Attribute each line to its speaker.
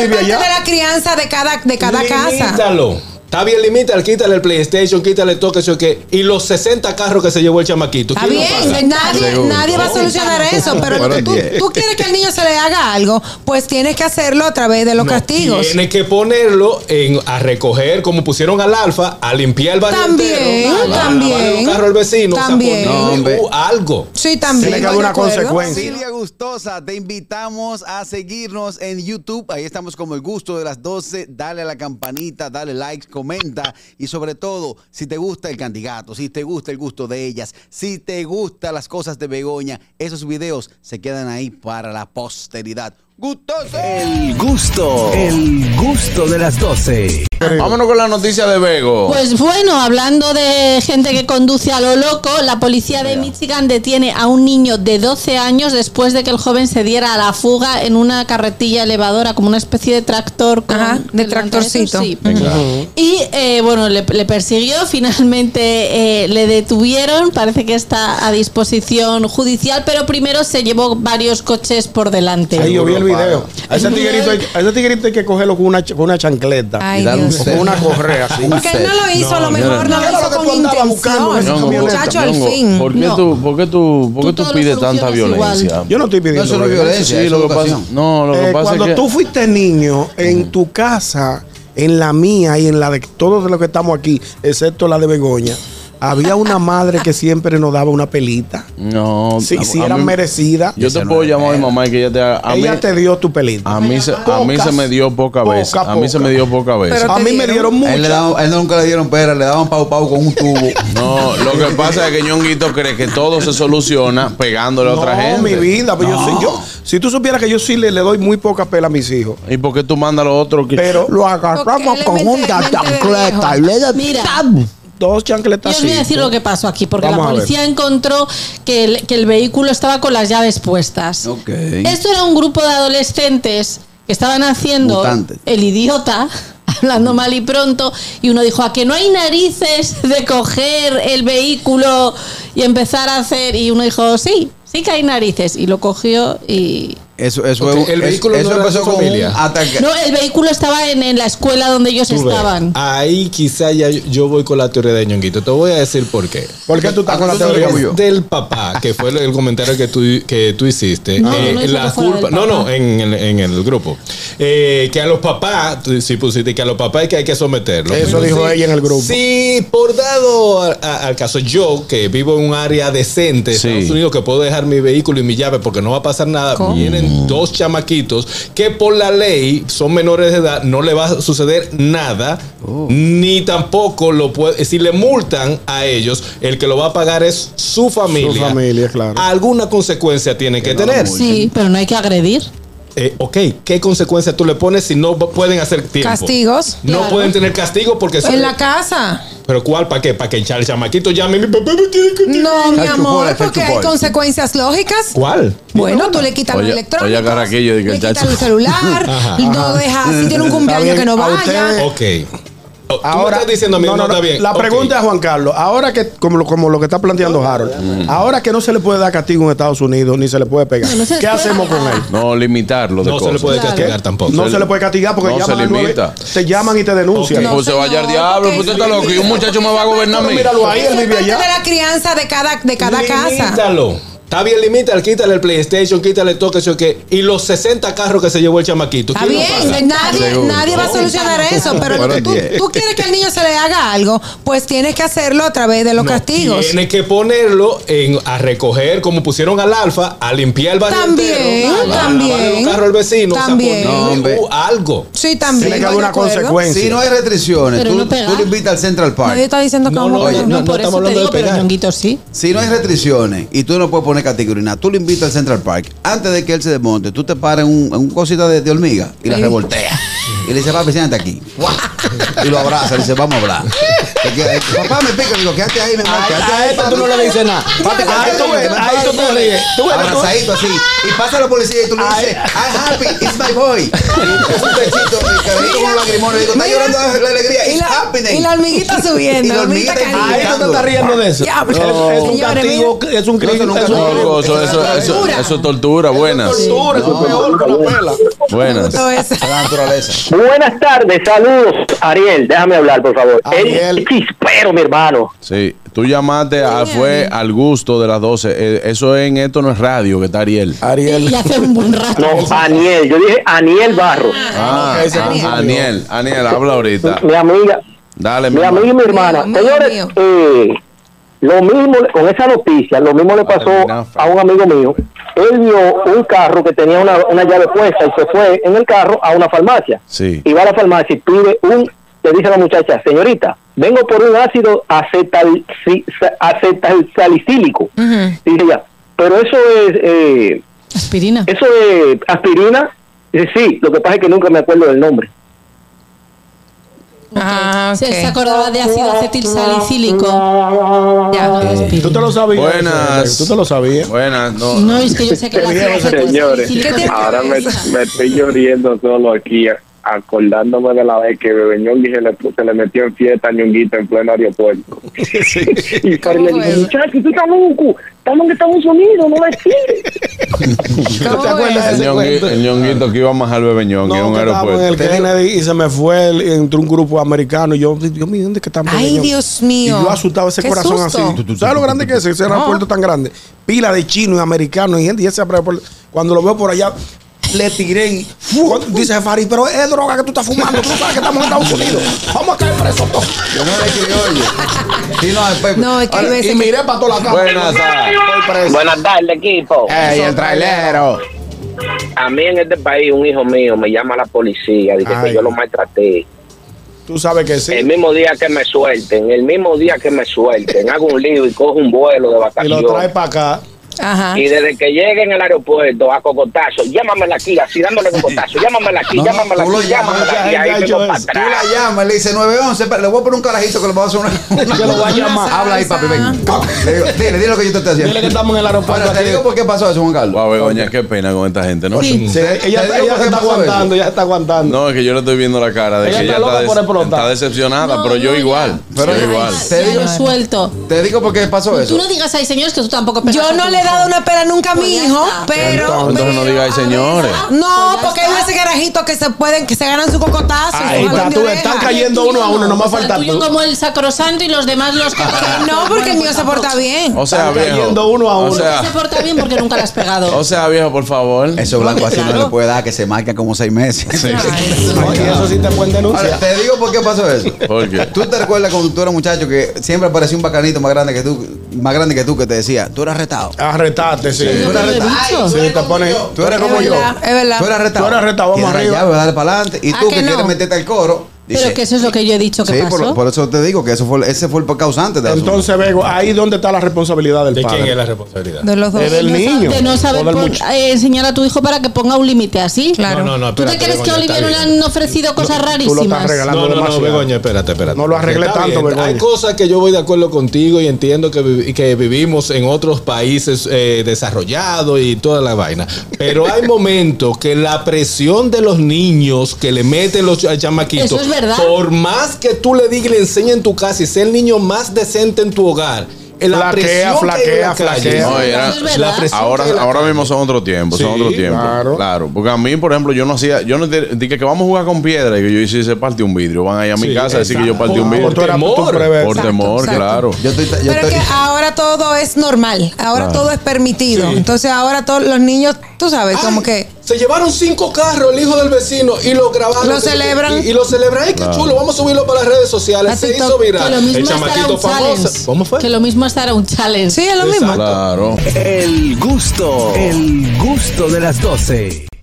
Speaker 1: es
Speaker 2: vive
Speaker 1: parte
Speaker 2: allá.
Speaker 1: de la crianza de cada, de cada casa.
Speaker 3: Limítalo. Está bien, limítalo. Quítale el PlayStation, quítale todo que eso que. Y los 60 carros que se llevó el chamaquito.
Speaker 1: Está
Speaker 3: ¿quién lo paga?
Speaker 1: bien, nadie,
Speaker 2: Seguro.
Speaker 1: nadie va a solucionar eso, pero
Speaker 2: Bueno,
Speaker 1: tú,
Speaker 2: bien.
Speaker 1: tú quieres que al niño se le haga algo, pues tienes que hacerlo a través de los castigos.
Speaker 3: Tiene que ponerlo en, a recoger, como pusieron al alfa, a limpiar el barrio
Speaker 1: También,
Speaker 3: entero, a- a
Speaker 1: también.
Speaker 3: lavarle los carros al vecino, o sea,
Speaker 1: También.
Speaker 3: ponerle
Speaker 2: No, hombre.
Speaker 3: u- algo.
Speaker 1: Sí,
Speaker 2: Se
Speaker 1: también.
Speaker 2: le cabe
Speaker 1: estoy de
Speaker 2: una
Speaker 1: acuerdo.
Speaker 2: consecuencia.
Speaker 4: Familia Gustosa, te invitamos a seguirnos en YouTube. Ahí estamos como el gusto de las 12. Dale a la campanita, dale like, comenta. Y sobre todo, si te gusta el candidato, si te gusta el gusto de ellas, si te gustan las cosas de Begoña, esos videos se quedan ahí para la posteridad. ¡Gustosa!
Speaker 5: El gusto, el gusto de las 12.
Speaker 6: Vámonos con la noticia de Bego.
Speaker 7: Pues bueno, hablando de gente que conduce a lo loco, la policía de Michigan detiene a un niño de 12 años después de que el joven se diera a la fuga en una carretilla elevadora, como una especie de tractor. con-
Speaker 1: Ajá, de
Speaker 7: que levanta eso,
Speaker 1: tractorcito.
Speaker 7: sí.
Speaker 6: Venga.
Speaker 7: Y eh, bueno, le, le persiguió, finalmente eh, le detuvieron, parece que está a disposición judicial, pero primero se llevó varios coches por delante.
Speaker 2: Ahí yo vi el video. A ese
Speaker 7: Ay,
Speaker 2: tiguerito, hay- a ese tiguerito hay que cogerlo con una, ch- con una chancleta.
Speaker 1: Ay,
Speaker 6: Y dar un
Speaker 1: Dios.
Speaker 2: O con una correa así.
Speaker 1: Porque él no lo hizo, a lo
Speaker 6: No,
Speaker 1: mejor no,
Speaker 2: no, no.
Speaker 1: lo hizo
Speaker 2: Claro que
Speaker 1: con
Speaker 2: tú andabas
Speaker 1: intención.
Speaker 2: buscando esa
Speaker 1: Muchacho,
Speaker 2: camioneta,
Speaker 1: al
Speaker 6: Ñongo,
Speaker 1: fin.
Speaker 6: ¿por qué,
Speaker 7: No.
Speaker 6: tú, ¿Por qué tú, por qué
Speaker 7: Tú
Speaker 6: tú
Speaker 7: todo
Speaker 6: pides
Speaker 7: lo
Speaker 6: tanta
Speaker 7: solucionas igual.
Speaker 6: violencia?
Speaker 2: Yo no estoy
Speaker 4: No,
Speaker 2: pidiendo.
Speaker 4: eso no es
Speaker 2: violencia.
Speaker 4: violencia,
Speaker 6: Sí,
Speaker 4: es
Speaker 6: lo que pasa,
Speaker 4: educación.
Speaker 6: no, lo que
Speaker 2: Eh,
Speaker 6: pasa
Speaker 2: cuando
Speaker 6: es que
Speaker 2: tú fuiste niño, en tu casa, en la mía y en la de todos los que estamos aquí, excepto la de Begoña, había una madre que siempre nos daba una pelita.
Speaker 6: no,
Speaker 2: Si,
Speaker 6: a-
Speaker 2: si
Speaker 6: a
Speaker 2: era
Speaker 6: mí-
Speaker 2: merecida,
Speaker 6: Yo te puedo llamar a mi mamá y que ella te haga. A mí,
Speaker 2: ella te dio tu pelita.
Speaker 6: a mí, se, a mí se me dio poca
Speaker 2: Poca,
Speaker 6: vez. A mí se
Speaker 2: poca.
Speaker 6: me dio poca vez.
Speaker 1: Pero
Speaker 2: a
Speaker 1: te
Speaker 2: mí me
Speaker 1: dieron.
Speaker 2: dieron
Speaker 4: Él, le
Speaker 2: mucho.
Speaker 4: daba- él nunca le dieron pera, le daban pau pau con un tubo.
Speaker 6: No, lo que pasa es que Ñonguito cree que todo se soluciona pegándole a otra gente.
Speaker 2: mi vida, pues yo, sí- yo- si tú supieras que yo sí le, le doy muy poca pela a mis hijos,
Speaker 6: ¿Y por qué tú mandas a los otros? que-
Speaker 2: pero lo
Speaker 1: Porque
Speaker 2: agarramos
Speaker 1: él
Speaker 2: con
Speaker 1: es
Speaker 2: una
Speaker 1: mentalmente de
Speaker 2: chancleta y
Speaker 1: viejo.
Speaker 2: le da-
Speaker 7: Mira.
Speaker 2: ¡tam! dos
Speaker 7: Yo
Speaker 2: chancletas.
Speaker 7: os voy a decir lo que pasó aquí, porque
Speaker 2: Vamos a
Speaker 7: la
Speaker 2: ver.
Speaker 7: policía encontró que el, que el vehículo estaba con las llaves puestas.
Speaker 4: Ok.
Speaker 7: Esto era un grupo de adolescentes que estaban haciendo
Speaker 4: Mutantes.
Speaker 7: el idiota, hablando mal y pronto, y uno dijo, a que no hay narices de coger el vehículo y empezar a hacer, y uno dijo, sí, sí que hay narices, y lo cogió y...
Speaker 4: Eso, eso,
Speaker 3: Ok,
Speaker 4: es un-
Speaker 3: el
Speaker 4: es-
Speaker 3: vehículo
Speaker 4: eso
Speaker 3: no era de
Speaker 4: empezó
Speaker 3: su
Speaker 4: con
Speaker 3: familia.
Speaker 4: un ataque.
Speaker 7: No, el vehículo estaba en, en la escuela donde ellos
Speaker 3: Tú ves, Ah,
Speaker 7: estaban.
Speaker 3: Ahí quizá ya yo- yo voy con la teoría de Ñonguito. Te voy a decir por qué.
Speaker 2: ¿Por
Speaker 4: Ah,
Speaker 2: qué tú
Speaker 6: Ah,
Speaker 2: estás con la
Speaker 4: Entonces,
Speaker 2: teoría?
Speaker 4: yo-
Speaker 3: Es del papá, que fue el comentario que tú, que tú hiciste,
Speaker 7: No,
Speaker 3: eh,
Speaker 7: no, no, eso
Speaker 3: la
Speaker 7: no fue la
Speaker 3: culpa,
Speaker 7: del
Speaker 3: no, no,
Speaker 7: papá.
Speaker 3: en, el- en el grupo, Eh, que a los papás, tú sí pusiste que a los papás es que hay que someterlos.
Speaker 2: Eso dijo ella en el grupo.
Speaker 3: Sí, por dado a- a- al caso, yo que vivo en un área decente, de
Speaker 6: Sí.
Speaker 3: Estados Unidos, que puedo dejar mi vehículo y mi llave porque no va a pasar nada,
Speaker 2: Mm.
Speaker 3: vienen dos chamaquitos que por la ley son menores de edad, no le va a suceder nada,
Speaker 2: Oh.
Speaker 3: ni tampoco lo puede, si le multan a ellos, el que lo va a pagar es su familia.
Speaker 2: Su familia, claro.
Speaker 3: Alguna consecuencia tiene que tener.
Speaker 7: Sí, pero no hay que agredir.
Speaker 3: Eh, ok, ¿qué consecuencia tú le pones si no pueden hacer tiempo?
Speaker 1: Castigos.
Speaker 3: No
Speaker 7: Claro.
Speaker 3: pueden tener castigo porque se-
Speaker 1: En la casa.
Speaker 3: ¿Pero cuál? ¿Para qué? ¿Para que el chamaquito llame? Mi papá me tiene que...
Speaker 1: No, mi
Speaker 4: Cacho
Speaker 1: amor,
Speaker 4: boy,
Speaker 1: porque
Speaker 4: cacho
Speaker 1: hay
Speaker 4: boy.
Speaker 1: consecuencias lógicas.
Speaker 3: ¿Cuál?
Speaker 1: Bueno, tú le quitas los
Speaker 6: Oye-
Speaker 1: electrónicos,
Speaker 6: oye, Carraquillo,
Speaker 1: le
Speaker 6: diga el
Speaker 1: quitas
Speaker 6: chacho.
Speaker 1: el celular,
Speaker 3: Ajá.
Speaker 1: no deja, si tiene un
Speaker 2: Está
Speaker 1: cumpleaños
Speaker 2: bien,
Speaker 1: que no
Speaker 2: a
Speaker 1: vaya.
Speaker 2: ustedes-
Speaker 3: Ok. Oh, Tú me estás diciendo a mí, no, está bien.
Speaker 2: La
Speaker 3: Ok.
Speaker 2: pregunta es Juan Carlos. Ahora que, como, lo- como lo que está planteando
Speaker 3: Mm.
Speaker 2: Harold, ahora que no se le puede dar castigo en Estados Unidos ni se le puede pegar,
Speaker 7: No, no se le
Speaker 2: ¿qué
Speaker 7: puede
Speaker 2: hacemos con
Speaker 7: pegar.
Speaker 2: él?
Speaker 6: No, limitarlo. De
Speaker 3: No se le
Speaker 6: cosas.
Speaker 3: puede
Speaker 7: Claro.
Speaker 3: castigar tampoco.
Speaker 2: No
Speaker 6: Se
Speaker 2: se
Speaker 6: le-
Speaker 2: le puede castigar porque
Speaker 6: no
Speaker 2: llaman
Speaker 6: se
Speaker 2: al nueve-
Speaker 6: limita.
Speaker 2: te llaman y te denuncian.
Speaker 1: No,
Speaker 6: Pues se vaya
Speaker 1: señor,
Speaker 6: al diablo,
Speaker 1: porque
Speaker 6: pues usted está
Speaker 1: sí,
Speaker 6: loco. Y un
Speaker 1: sí,
Speaker 6: muchacho me va a gobernar a mí.
Speaker 2: Míralo ahí,
Speaker 1: Eso
Speaker 2: él
Speaker 1: es
Speaker 2: vive
Speaker 1: parte de
Speaker 2: allá.
Speaker 1: la crianza de cada, de cada casa.
Speaker 3: Limítalo. Está bien, limítalo. Quítale el PlayStation, quítale todo que eso que... Y los 60 carros que se llevó el chamaquito.
Speaker 1: Está
Speaker 3: ¿quién lo paga?
Speaker 1: bien, nadie,
Speaker 6: Seguro.
Speaker 1: nadie va a solucionar eso, pero
Speaker 2: Bueno,
Speaker 1: tú,
Speaker 2: bien.
Speaker 1: tú quieres que al niño se le haga algo, pues tienes que hacerlo a través de los
Speaker 3: No,
Speaker 1: castigos.
Speaker 3: Tiene que ponerlo en, a recoger, como pusieron al alfa, a limpiar el barrio
Speaker 1: También,
Speaker 3: entero, a- a
Speaker 1: también.
Speaker 3: lavarle los carros al vecino. o sea,
Speaker 1: También.
Speaker 3: ponerle
Speaker 4: No, hombre.
Speaker 3: u- algo.
Speaker 1: Sí,
Speaker 2: Se
Speaker 1: también.
Speaker 2: le
Speaker 1: estoy
Speaker 2: cabe
Speaker 1: de
Speaker 2: una
Speaker 1: acuerdo.
Speaker 4: Si no
Speaker 2: consecuencia.
Speaker 4: hay restricciones,
Speaker 7: Pero
Speaker 4: tú,
Speaker 7: no pegar.
Speaker 4: tú lo invitas al Central Park.
Speaker 1: Nadie está diciendo que
Speaker 3: No,
Speaker 1: vamos
Speaker 3: no,
Speaker 1: a-
Speaker 3: oye,
Speaker 7: No,
Speaker 3: no
Speaker 7: por
Speaker 3: estamos
Speaker 7: eso te
Speaker 3: hablando de
Speaker 7: digo, pero
Speaker 3: pegar.
Speaker 7: Ñonguito sí.
Speaker 4: Si no hay restricciones y tú no puedes poner categoría, tú lo invitas al Central Park. Antes de que él se desmonte, tú te paras en un, en un cosita de, de hormiga y la revolteas. Y le dice, papi, siéntate aquí. ¡Guau! Y lo abraza, le dice, vamos a hablar. Y que- eh, Papá me pica, le digo, quédate ahí, mi amor.
Speaker 8: A,
Speaker 4: quédate
Speaker 8: a
Speaker 4: ahí,
Speaker 8: esto
Speaker 4: papi".
Speaker 8: tú no le dices nada.
Speaker 4: Papi,
Speaker 8: A esto,
Speaker 4: cuando-
Speaker 8: a esto tú te ríes. Tú eres tú.
Speaker 4: abrazadito así. Y pasa la policía y tú le dices, I'm happy, it's my boy. Y es un pechito, el carajito con un lagrimón. Le digo, está
Speaker 1: Mira.
Speaker 4: llorando de la alegría.
Speaker 1: Y
Speaker 4: It's
Speaker 1: la,
Speaker 4: happiness.
Speaker 1: y la hormiguita subiendo.
Speaker 4: Y la
Speaker 1: la hormiguita
Speaker 4: hormiguita
Speaker 8: A esto
Speaker 1: cariño.
Speaker 8: te
Speaker 4: brincando.
Speaker 8: estás riendo de eso. Es,
Speaker 1: Ya,
Speaker 8: es un
Speaker 1: señores,
Speaker 8: castigo, es un crimen.
Speaker 4: nunca
Speaker 8: es un
Speaker 4: se
Speaker 8: crimen.
Speaker 4: lo-
Speaker 6: No, eso, eso, eso,
Speaker 1: Tortura.
Speaker 6: eso es tortura, buenas.
Speaker 8: Tortura, eso es peor que la pela.
Speaker 6: Buenas.
Speaker 1: Todo eso.
Speaker 4: La naturaleza.
Speaker 9: Buenas tardes, saludos. Ariel, déjame hablar, por favor.
Speaker 8: Ariel.
Speaker 9: El chispero, mi hermano.
Speaker 6: Sí, tú llamaste, a, fue al gusto de las 12. Eh, eso en esto no es radio, que está Ariel.
Speaker 2: Ariel.
Speaker 7: Y hace un buen rato.
Speaker 9: No, Aniel, yo dije Aniel Barro.
Speaker 6: Ah,
Speaker 1: Ariel, Ariel.
Speaker 6: Aniel, Aniel, habla ahorita.
Speaker 9: Mi amiga,
Speaker 6: Dale, Ah. mi
Speaker 9: mi amiga y
Speaker 6: hermano.
Speaker 9: mi hermana.
Speaker 1: Mío, mío,
Speaker 9: Señores,
Speaker 1: mío.
Speaker 9: eh, lo mismo, le- con esa noticia, lo mismo le pasó
Speaker 6: terminar,
Speaker 9: a un amigo mío. Él vio un carro que tenía una, una llave puesta y se fue en el carro a una farmacia.
Speaker 6: Sí.
Speaker 9: Y va a la farmacia y pide un, le dice a la muchacha, señorita, vengo por un ácido acetal, si- sa- acetalsalicílico.
Speaker 1: Ujú.
Speaker 9: Dice ella, pero eso es, eh,
Speaker 7: Aspirina.
Speaker 9: eso es aspirina. Dice, sí, lo que pasa es que nunca me acuerdo del nombre.
Speaker 1: Ah, ok.
Speaker 7: Se, se acordaba de ácido acetil salicílico.
Speaker 1: Ya.
Speaker 2: Tú te lo sabías.
Speaker 6: Buenas.
Speaker 2: Tú te lo sabías.
Speaker 6: Buenas, no.
Speaker 7: No, es que yo sé que el ácido
Speaker 10: Señores,
Speaker 1: ¿Qué tiene
Speaker 7: acetilsalicílico-
Speaker 10: ahora
Speaker 1: que
Speaker 10: me,
Speaker 1: ver eso?
Speaker 10: me estoy lloriendo solo aquí, acordándome de la vez que Bebe Ñongui se le, se le metió en fiesta a Ñonguito en pleno aeropuerto. y Fari le dijo,
Speaker 1: ¿Cómo es?
Speaker 10: muchachos, tú estás loco, estamos en Estados Unidos, no la tires.
Speaker 1: ¿Cómo
Speaker 8: ¿Te acuerdas
Speaker 1: es?
Speaker 8: de ese
Speaker 6: El, ñongui-
Speaker 8: cuento?
Speaker 6: el ñonguito que iba a majar bebé ñongui en
Speaker 2: No,
Speaker 6: un
Speaker 2: que estaba en el
Speaker 6: aeropuerto.
Speaker 2: Kennedy y se me fue el- entró un grupo americano y yo, Dios mío, ¿dónde es que están?
Speaker 1: Ay,
Speaker 2: pequeño?
Speaker 1: Dios
Speaker 2: Y
Speaker 1: mío.
Speaker 2: yo asustaba ese
Speaker 1: Qué
Speaker 2: corazón
Speaker 1: susto.
Speaker 2: así. ¿Tú sabes lo grande que es ese aeropuerto tan grande? Pila de chinos y americanos y gente. Y ese aeropuerto, cuando lo veo por allá, le tiré y ¡fu! dice Farid, pero es droga que tú estás fumando. Tú sabes que estamos en Estados Unidos. Vamos a caer presos todos.
Speaker 4: Yo no le criollo. Sí, no, pues, después.
Speaker 1: No, es que hay veces
Speaker 2: Y miré para toda la cara.
Speaker 6: Buenas, ah.
Speaker 9: Buenas tardes, equipo.
Speaker 2: Ah.
Speaker 6: ¡Ey, el trailero!
Speaker 9: A mí en este país un hijo mío me llama la policía, dice
Speaker 2: Ay.
Speaker 9: que yo lo maltraté.
Speaker 2: Tú sabes que
Speaker 9: El
Speaker 2: sí.
Speaker 9: mismo día que me suelten, el mismo día que me suelten, hago un lío y cojo un vuelo de
Speaker 2: Y lo trae
Speaker 9: vacaciones.
Speaker 2: para acá.
Speaker 1: Ajá.
Speaker 9: Y desde que lleguen al aeropuerto a cocotazo, llámamela aquí, así dándole cocotazo, llámamela aquí,
Speaker 4: No,
Speaker 9: llámamela
Speaker 4: tú lo
Speaker 9: aquí,
Speaker 4: llamas,
Speaker 9: llámamela
Speaker 2: mucha
Speaker 9: aquí,
Speaker 2: gente ha
Speaker 9: ahí
Speaker 2: hecho
Speaker 9: vengo para
Speaker 2: eso.
Speaker 4: Tú la
Speaker 9: atrás.
Speaker 4: llamas, le dice 911, pero le voy a poner un carajito que le voy a hacer una.
Speaker 2: Yo lo voy a llamar.
Speaker 4: Habla ahí, papi, ven. Le digo, dile, dile lo que yo te estoy haciendo.
Speaker 2: Dile que estamos en el aeropuerto.
Speaker 4: Bueno, te
Speaker 2: aquí.
Speaker 4: digo por qué pasó eso, Juan Carlos.
Speaker 6: Wow, Begoña, qué pena con esta gente, ¿no?
Speaker 7: Sí.
Speaker 2: Sí, ella,
Speaker 4: Te digo
Speaker 2: ella se
Speaker 4: por qué
Speaker 2: está
Speaker 4: pasó
Speaker 2: aguantando,
Speaker 4: eso.
Speaker 2: ella se está aguantando.
Speaker 6: No, es que yo le estoy viendo la cara de
Speaker 2: Ella
Speaker 6: que
Speaker 2: está
Speaker 6: ella
Speaker 2: loca
Speaker 6: está,
Speaker 2: por
Speaker 6: des-
Speaker 2: explotar.
Speaker 6: está decepcionada,
Speaker 7: No,
Speaker 6: pero yo
Speaker 7: no,
Speaker 6: igual.
Speaker 4: Pero
Speaker 6: yo
Speaker 4: ya-
Speaker 6: igual.
Speaker 4: Te
Speaker 7: Ya
Speaker 4: digo-
Speaker 7: lo suelto.
Speaker 4: Te digo por qué pasó
Speaker 7: Tú
Speaker 4: eso.
Speaker 7: no digas, ay, señores, que tú tampoco
Speaker 1: Yo
Speaker 7: pensaste
Speaker 1: no
Speaker 7: en
Speaker 1: le he
Speaker 7: tu
Speaker 1: dado
Speaker 7: hijo".
Speaker 1: una pera nunca a
Speaker 7: Pues
Speaker 1: mi
Speaker 7: ya
Speaker 1: hijo,
Speaker 7: está.
Speaker 1: pero.
Speaker 6: Entonces, entonces no
Speaker 1: pero-
Speaker 6: diga, "Ay, señores".
Speaker 1: No,
Speaker 7: Pues ya
Speaker 1: porque hay
Speaker 7: está.
Speaker 1: veces carajitos que se pueden, que se ganan su cocotazo.
Speaker 2: Ahí
Speaker 1: su
Speaker 2: está,
Speaker 1: jalón de
Speaker 2: tú,
Speaker 1: oreja.
Speaker 2: están cayendo
Speaker 7: El
Speaker 2: uno a
Speaker 7: tuyo
Speaker 2: uno, nomás
Speaker 7: O sea,
Speaker 2: falta
Speaker 7: el tuyo
Speaker 2: tú.
Speaker 7: como el sacrosanto y los demás los que
Speaker 1: No, porque el mío
Speaker 7: pues
Speaker 1: se porta bien.
Speaker 6: O sea,
Speaker 2: Están
Speaker 6: viejo.
Speaker 2: cayendo uno a
Speaker 6: O
Speaker 2: uno.
Speaker 7: Se
Speaker 6: sea,
Speaker 7: porta bien porque nunca las has pegado.
Speaker 6: o sea, viejo, por favor.
Speaker 4: Eso blanco así no
Speaker 7: Claro.
Speaker 4: le puede dar, que se marca como seis meses.
Speaker 2: No, y eso sí te pueden
Speaker 4: Ahora,
Speaker 2: denunciar.
Speaker 4: te digo por qué pasó eso.
Speaker 6: ¿Por qué?
Speaker 4: ¿Tú te recuerdas cuando tú eras muchacho que siempre aparecía un bacanito más grande que tú, más grande que tú que te decía, tú eras retado?
Speaker 2: Arretaste, sí.
Speaker 7: Yo
Speaker 2: Tú
Speaker 7: no lo he
Speaker 2: eres-
Speaker 7: dicho.
Speaker 2: Sí, te pones.
Speaker 4: Tú eres
Speaker 1: Es
Speaker 4: como yo.
Speaker 1: verdad, es verdad.
Speaker 4: Tú eras retado.
Speaker 2: Tú eras retado, vamos
Speaker 4: Tienes
Speaker 2: arriba.
Speaker 4: la llave, dale para adelante. Y
Speaker 7: ¿A
Speaker 4: tú que
Speaker 7: que no?
Speaker 4: quieres meterte al coro. dices,
Speaker 7: Pero que eso es lo que yo he dicho que
Speaker 4: sí,
Speaker 7: pasó.
Speaker 4: por, por eso te digo que eso fue, ese fue el causante de
Speaker 2: Entonces, Bego, ahí donde está la responsabilidad del
Speaker 3: ¿De quién es
Speaker 2: padre.
Speaker 3: la responsabilidad?
Speaker 1: De los dos.
Speaker 2: Es del
Speaker 7: No sa-
Speaker 2: niño.
Speaker 7: De no saber
Speaker 2: o del
Speaker 7: pon-
Speaker 2: muchacho.
Speaker 7: eh, enseñar a tu hijo para que ponga un límite así.
Speaker 1: Claro.
Speaker 3: No, no, no,
Speaker 7: ¿Tú
Speaker 3: espérate,
Speaker 7: te crees que a
Speaker 3: Begoña, está
Speaker 7: Olivier no le
Speaker 3: bien.
Speaker 7: han ofrecido cosas
Speaker 2: Tú lo estás
Speaker 7: rarísimas?
Speaker 2: regalando
Speaker 3: No, no, no,
Speaker 2: demasiado.
Speaker 3: Begoña, espérate, espérate.
Speaker 2: No lo arreglé
Speaker 3: Está
Speaker 2: tanto,
Speaker 3: bien,
Speaker 2: Begoña.
Speaker 3: Hay cosas que yo voy de acuerdo contigo y entiendo que, vivi- que vivimos en otros países eh, desarrollados y toda la vaina. Pero hay momentos que la presión de los niños que le meten los ch- chamaquitos,
Speaker 7: Eso es verdad.
Speaker 3: por más que tú le digas y le enseñes en tu casa y sea el niño más decente en tu hogar, eh, la
Speaker 2: Flaquea,
Speaker 3: presión que hay en la
Speaker 2: flaquea,
Speaker 3: calle-
Speaker 2: flaquea.
Speaker 6: No, era-
Speaker 7: Eso es verdad.
Speaker 3: la presión
Speaker 6: Ahora,
Speaker 3: que hay en la
Speaker 6: ahora
Speaker 3: calle.
Speaker 6: mismo son otros tiempos, son
Speaker 3: Sí,
Speaker 6: otros tiempos.
Speaker 2: claro.
Speaker 6: Claro. Porque a mí, por ejemplo, yo no hacía, yo no te- dije que vamos a jugar con piedra y que yo hice se parte un vidrio. Van allá a mi
Speaker 3: Sí,
Speaker 6: casa a decir que yo
Speaker 3: exacto.
Speaker 6: partí un
Speaker 3: Por-
Speaker 6: vidrio.
Speaker 3: por temor.
Speaker 2: prevés.
Speaker 6: Por
Speaker 1: Exacto,
Speaker 6: temor,
Speaker 1: exacto.
Speaker 6: claro.
Speaker 4: Yo estoy, yo
Speaker 1: Pero
Speaker 4: estoy-
Speaker 1: que ahora todo es normal, ahora todo es permitido. Entonces ahora todos los niños, tú sabes, como
Speaker 3: Ay,
Speaker 1: que
Speaker 3: Se llevaron cinco carros el hijo del vecino y lo grabaron.
Speaker 1: Lo celebran.
Speaker 3: Y, y lo celebran. ¡Ay, qué chulo! Vamos a subirlo para las redes
Speaker 1: A
Speaker 3: sociales. Se
Speaker 1: TikTok.
Speaker 3: hizo
Speaker 7: Que
Speaker 3: viral.
Speaker 7: lo mismo
Speaker 3: el
Speaker 7: hasta era
Speaker 3: chamaquito
Speaker 7: un challenge.
Speaker 3: famoso. ¿Cómo fue?
Speaker 7: Que lo mismo hasta era un challenge.
Speaker 1: sí, es lo mismo.
Speaker 3: Exacto.
Speaker 6: Claro.
Speaker 5: El gusto, el gusto de las 12.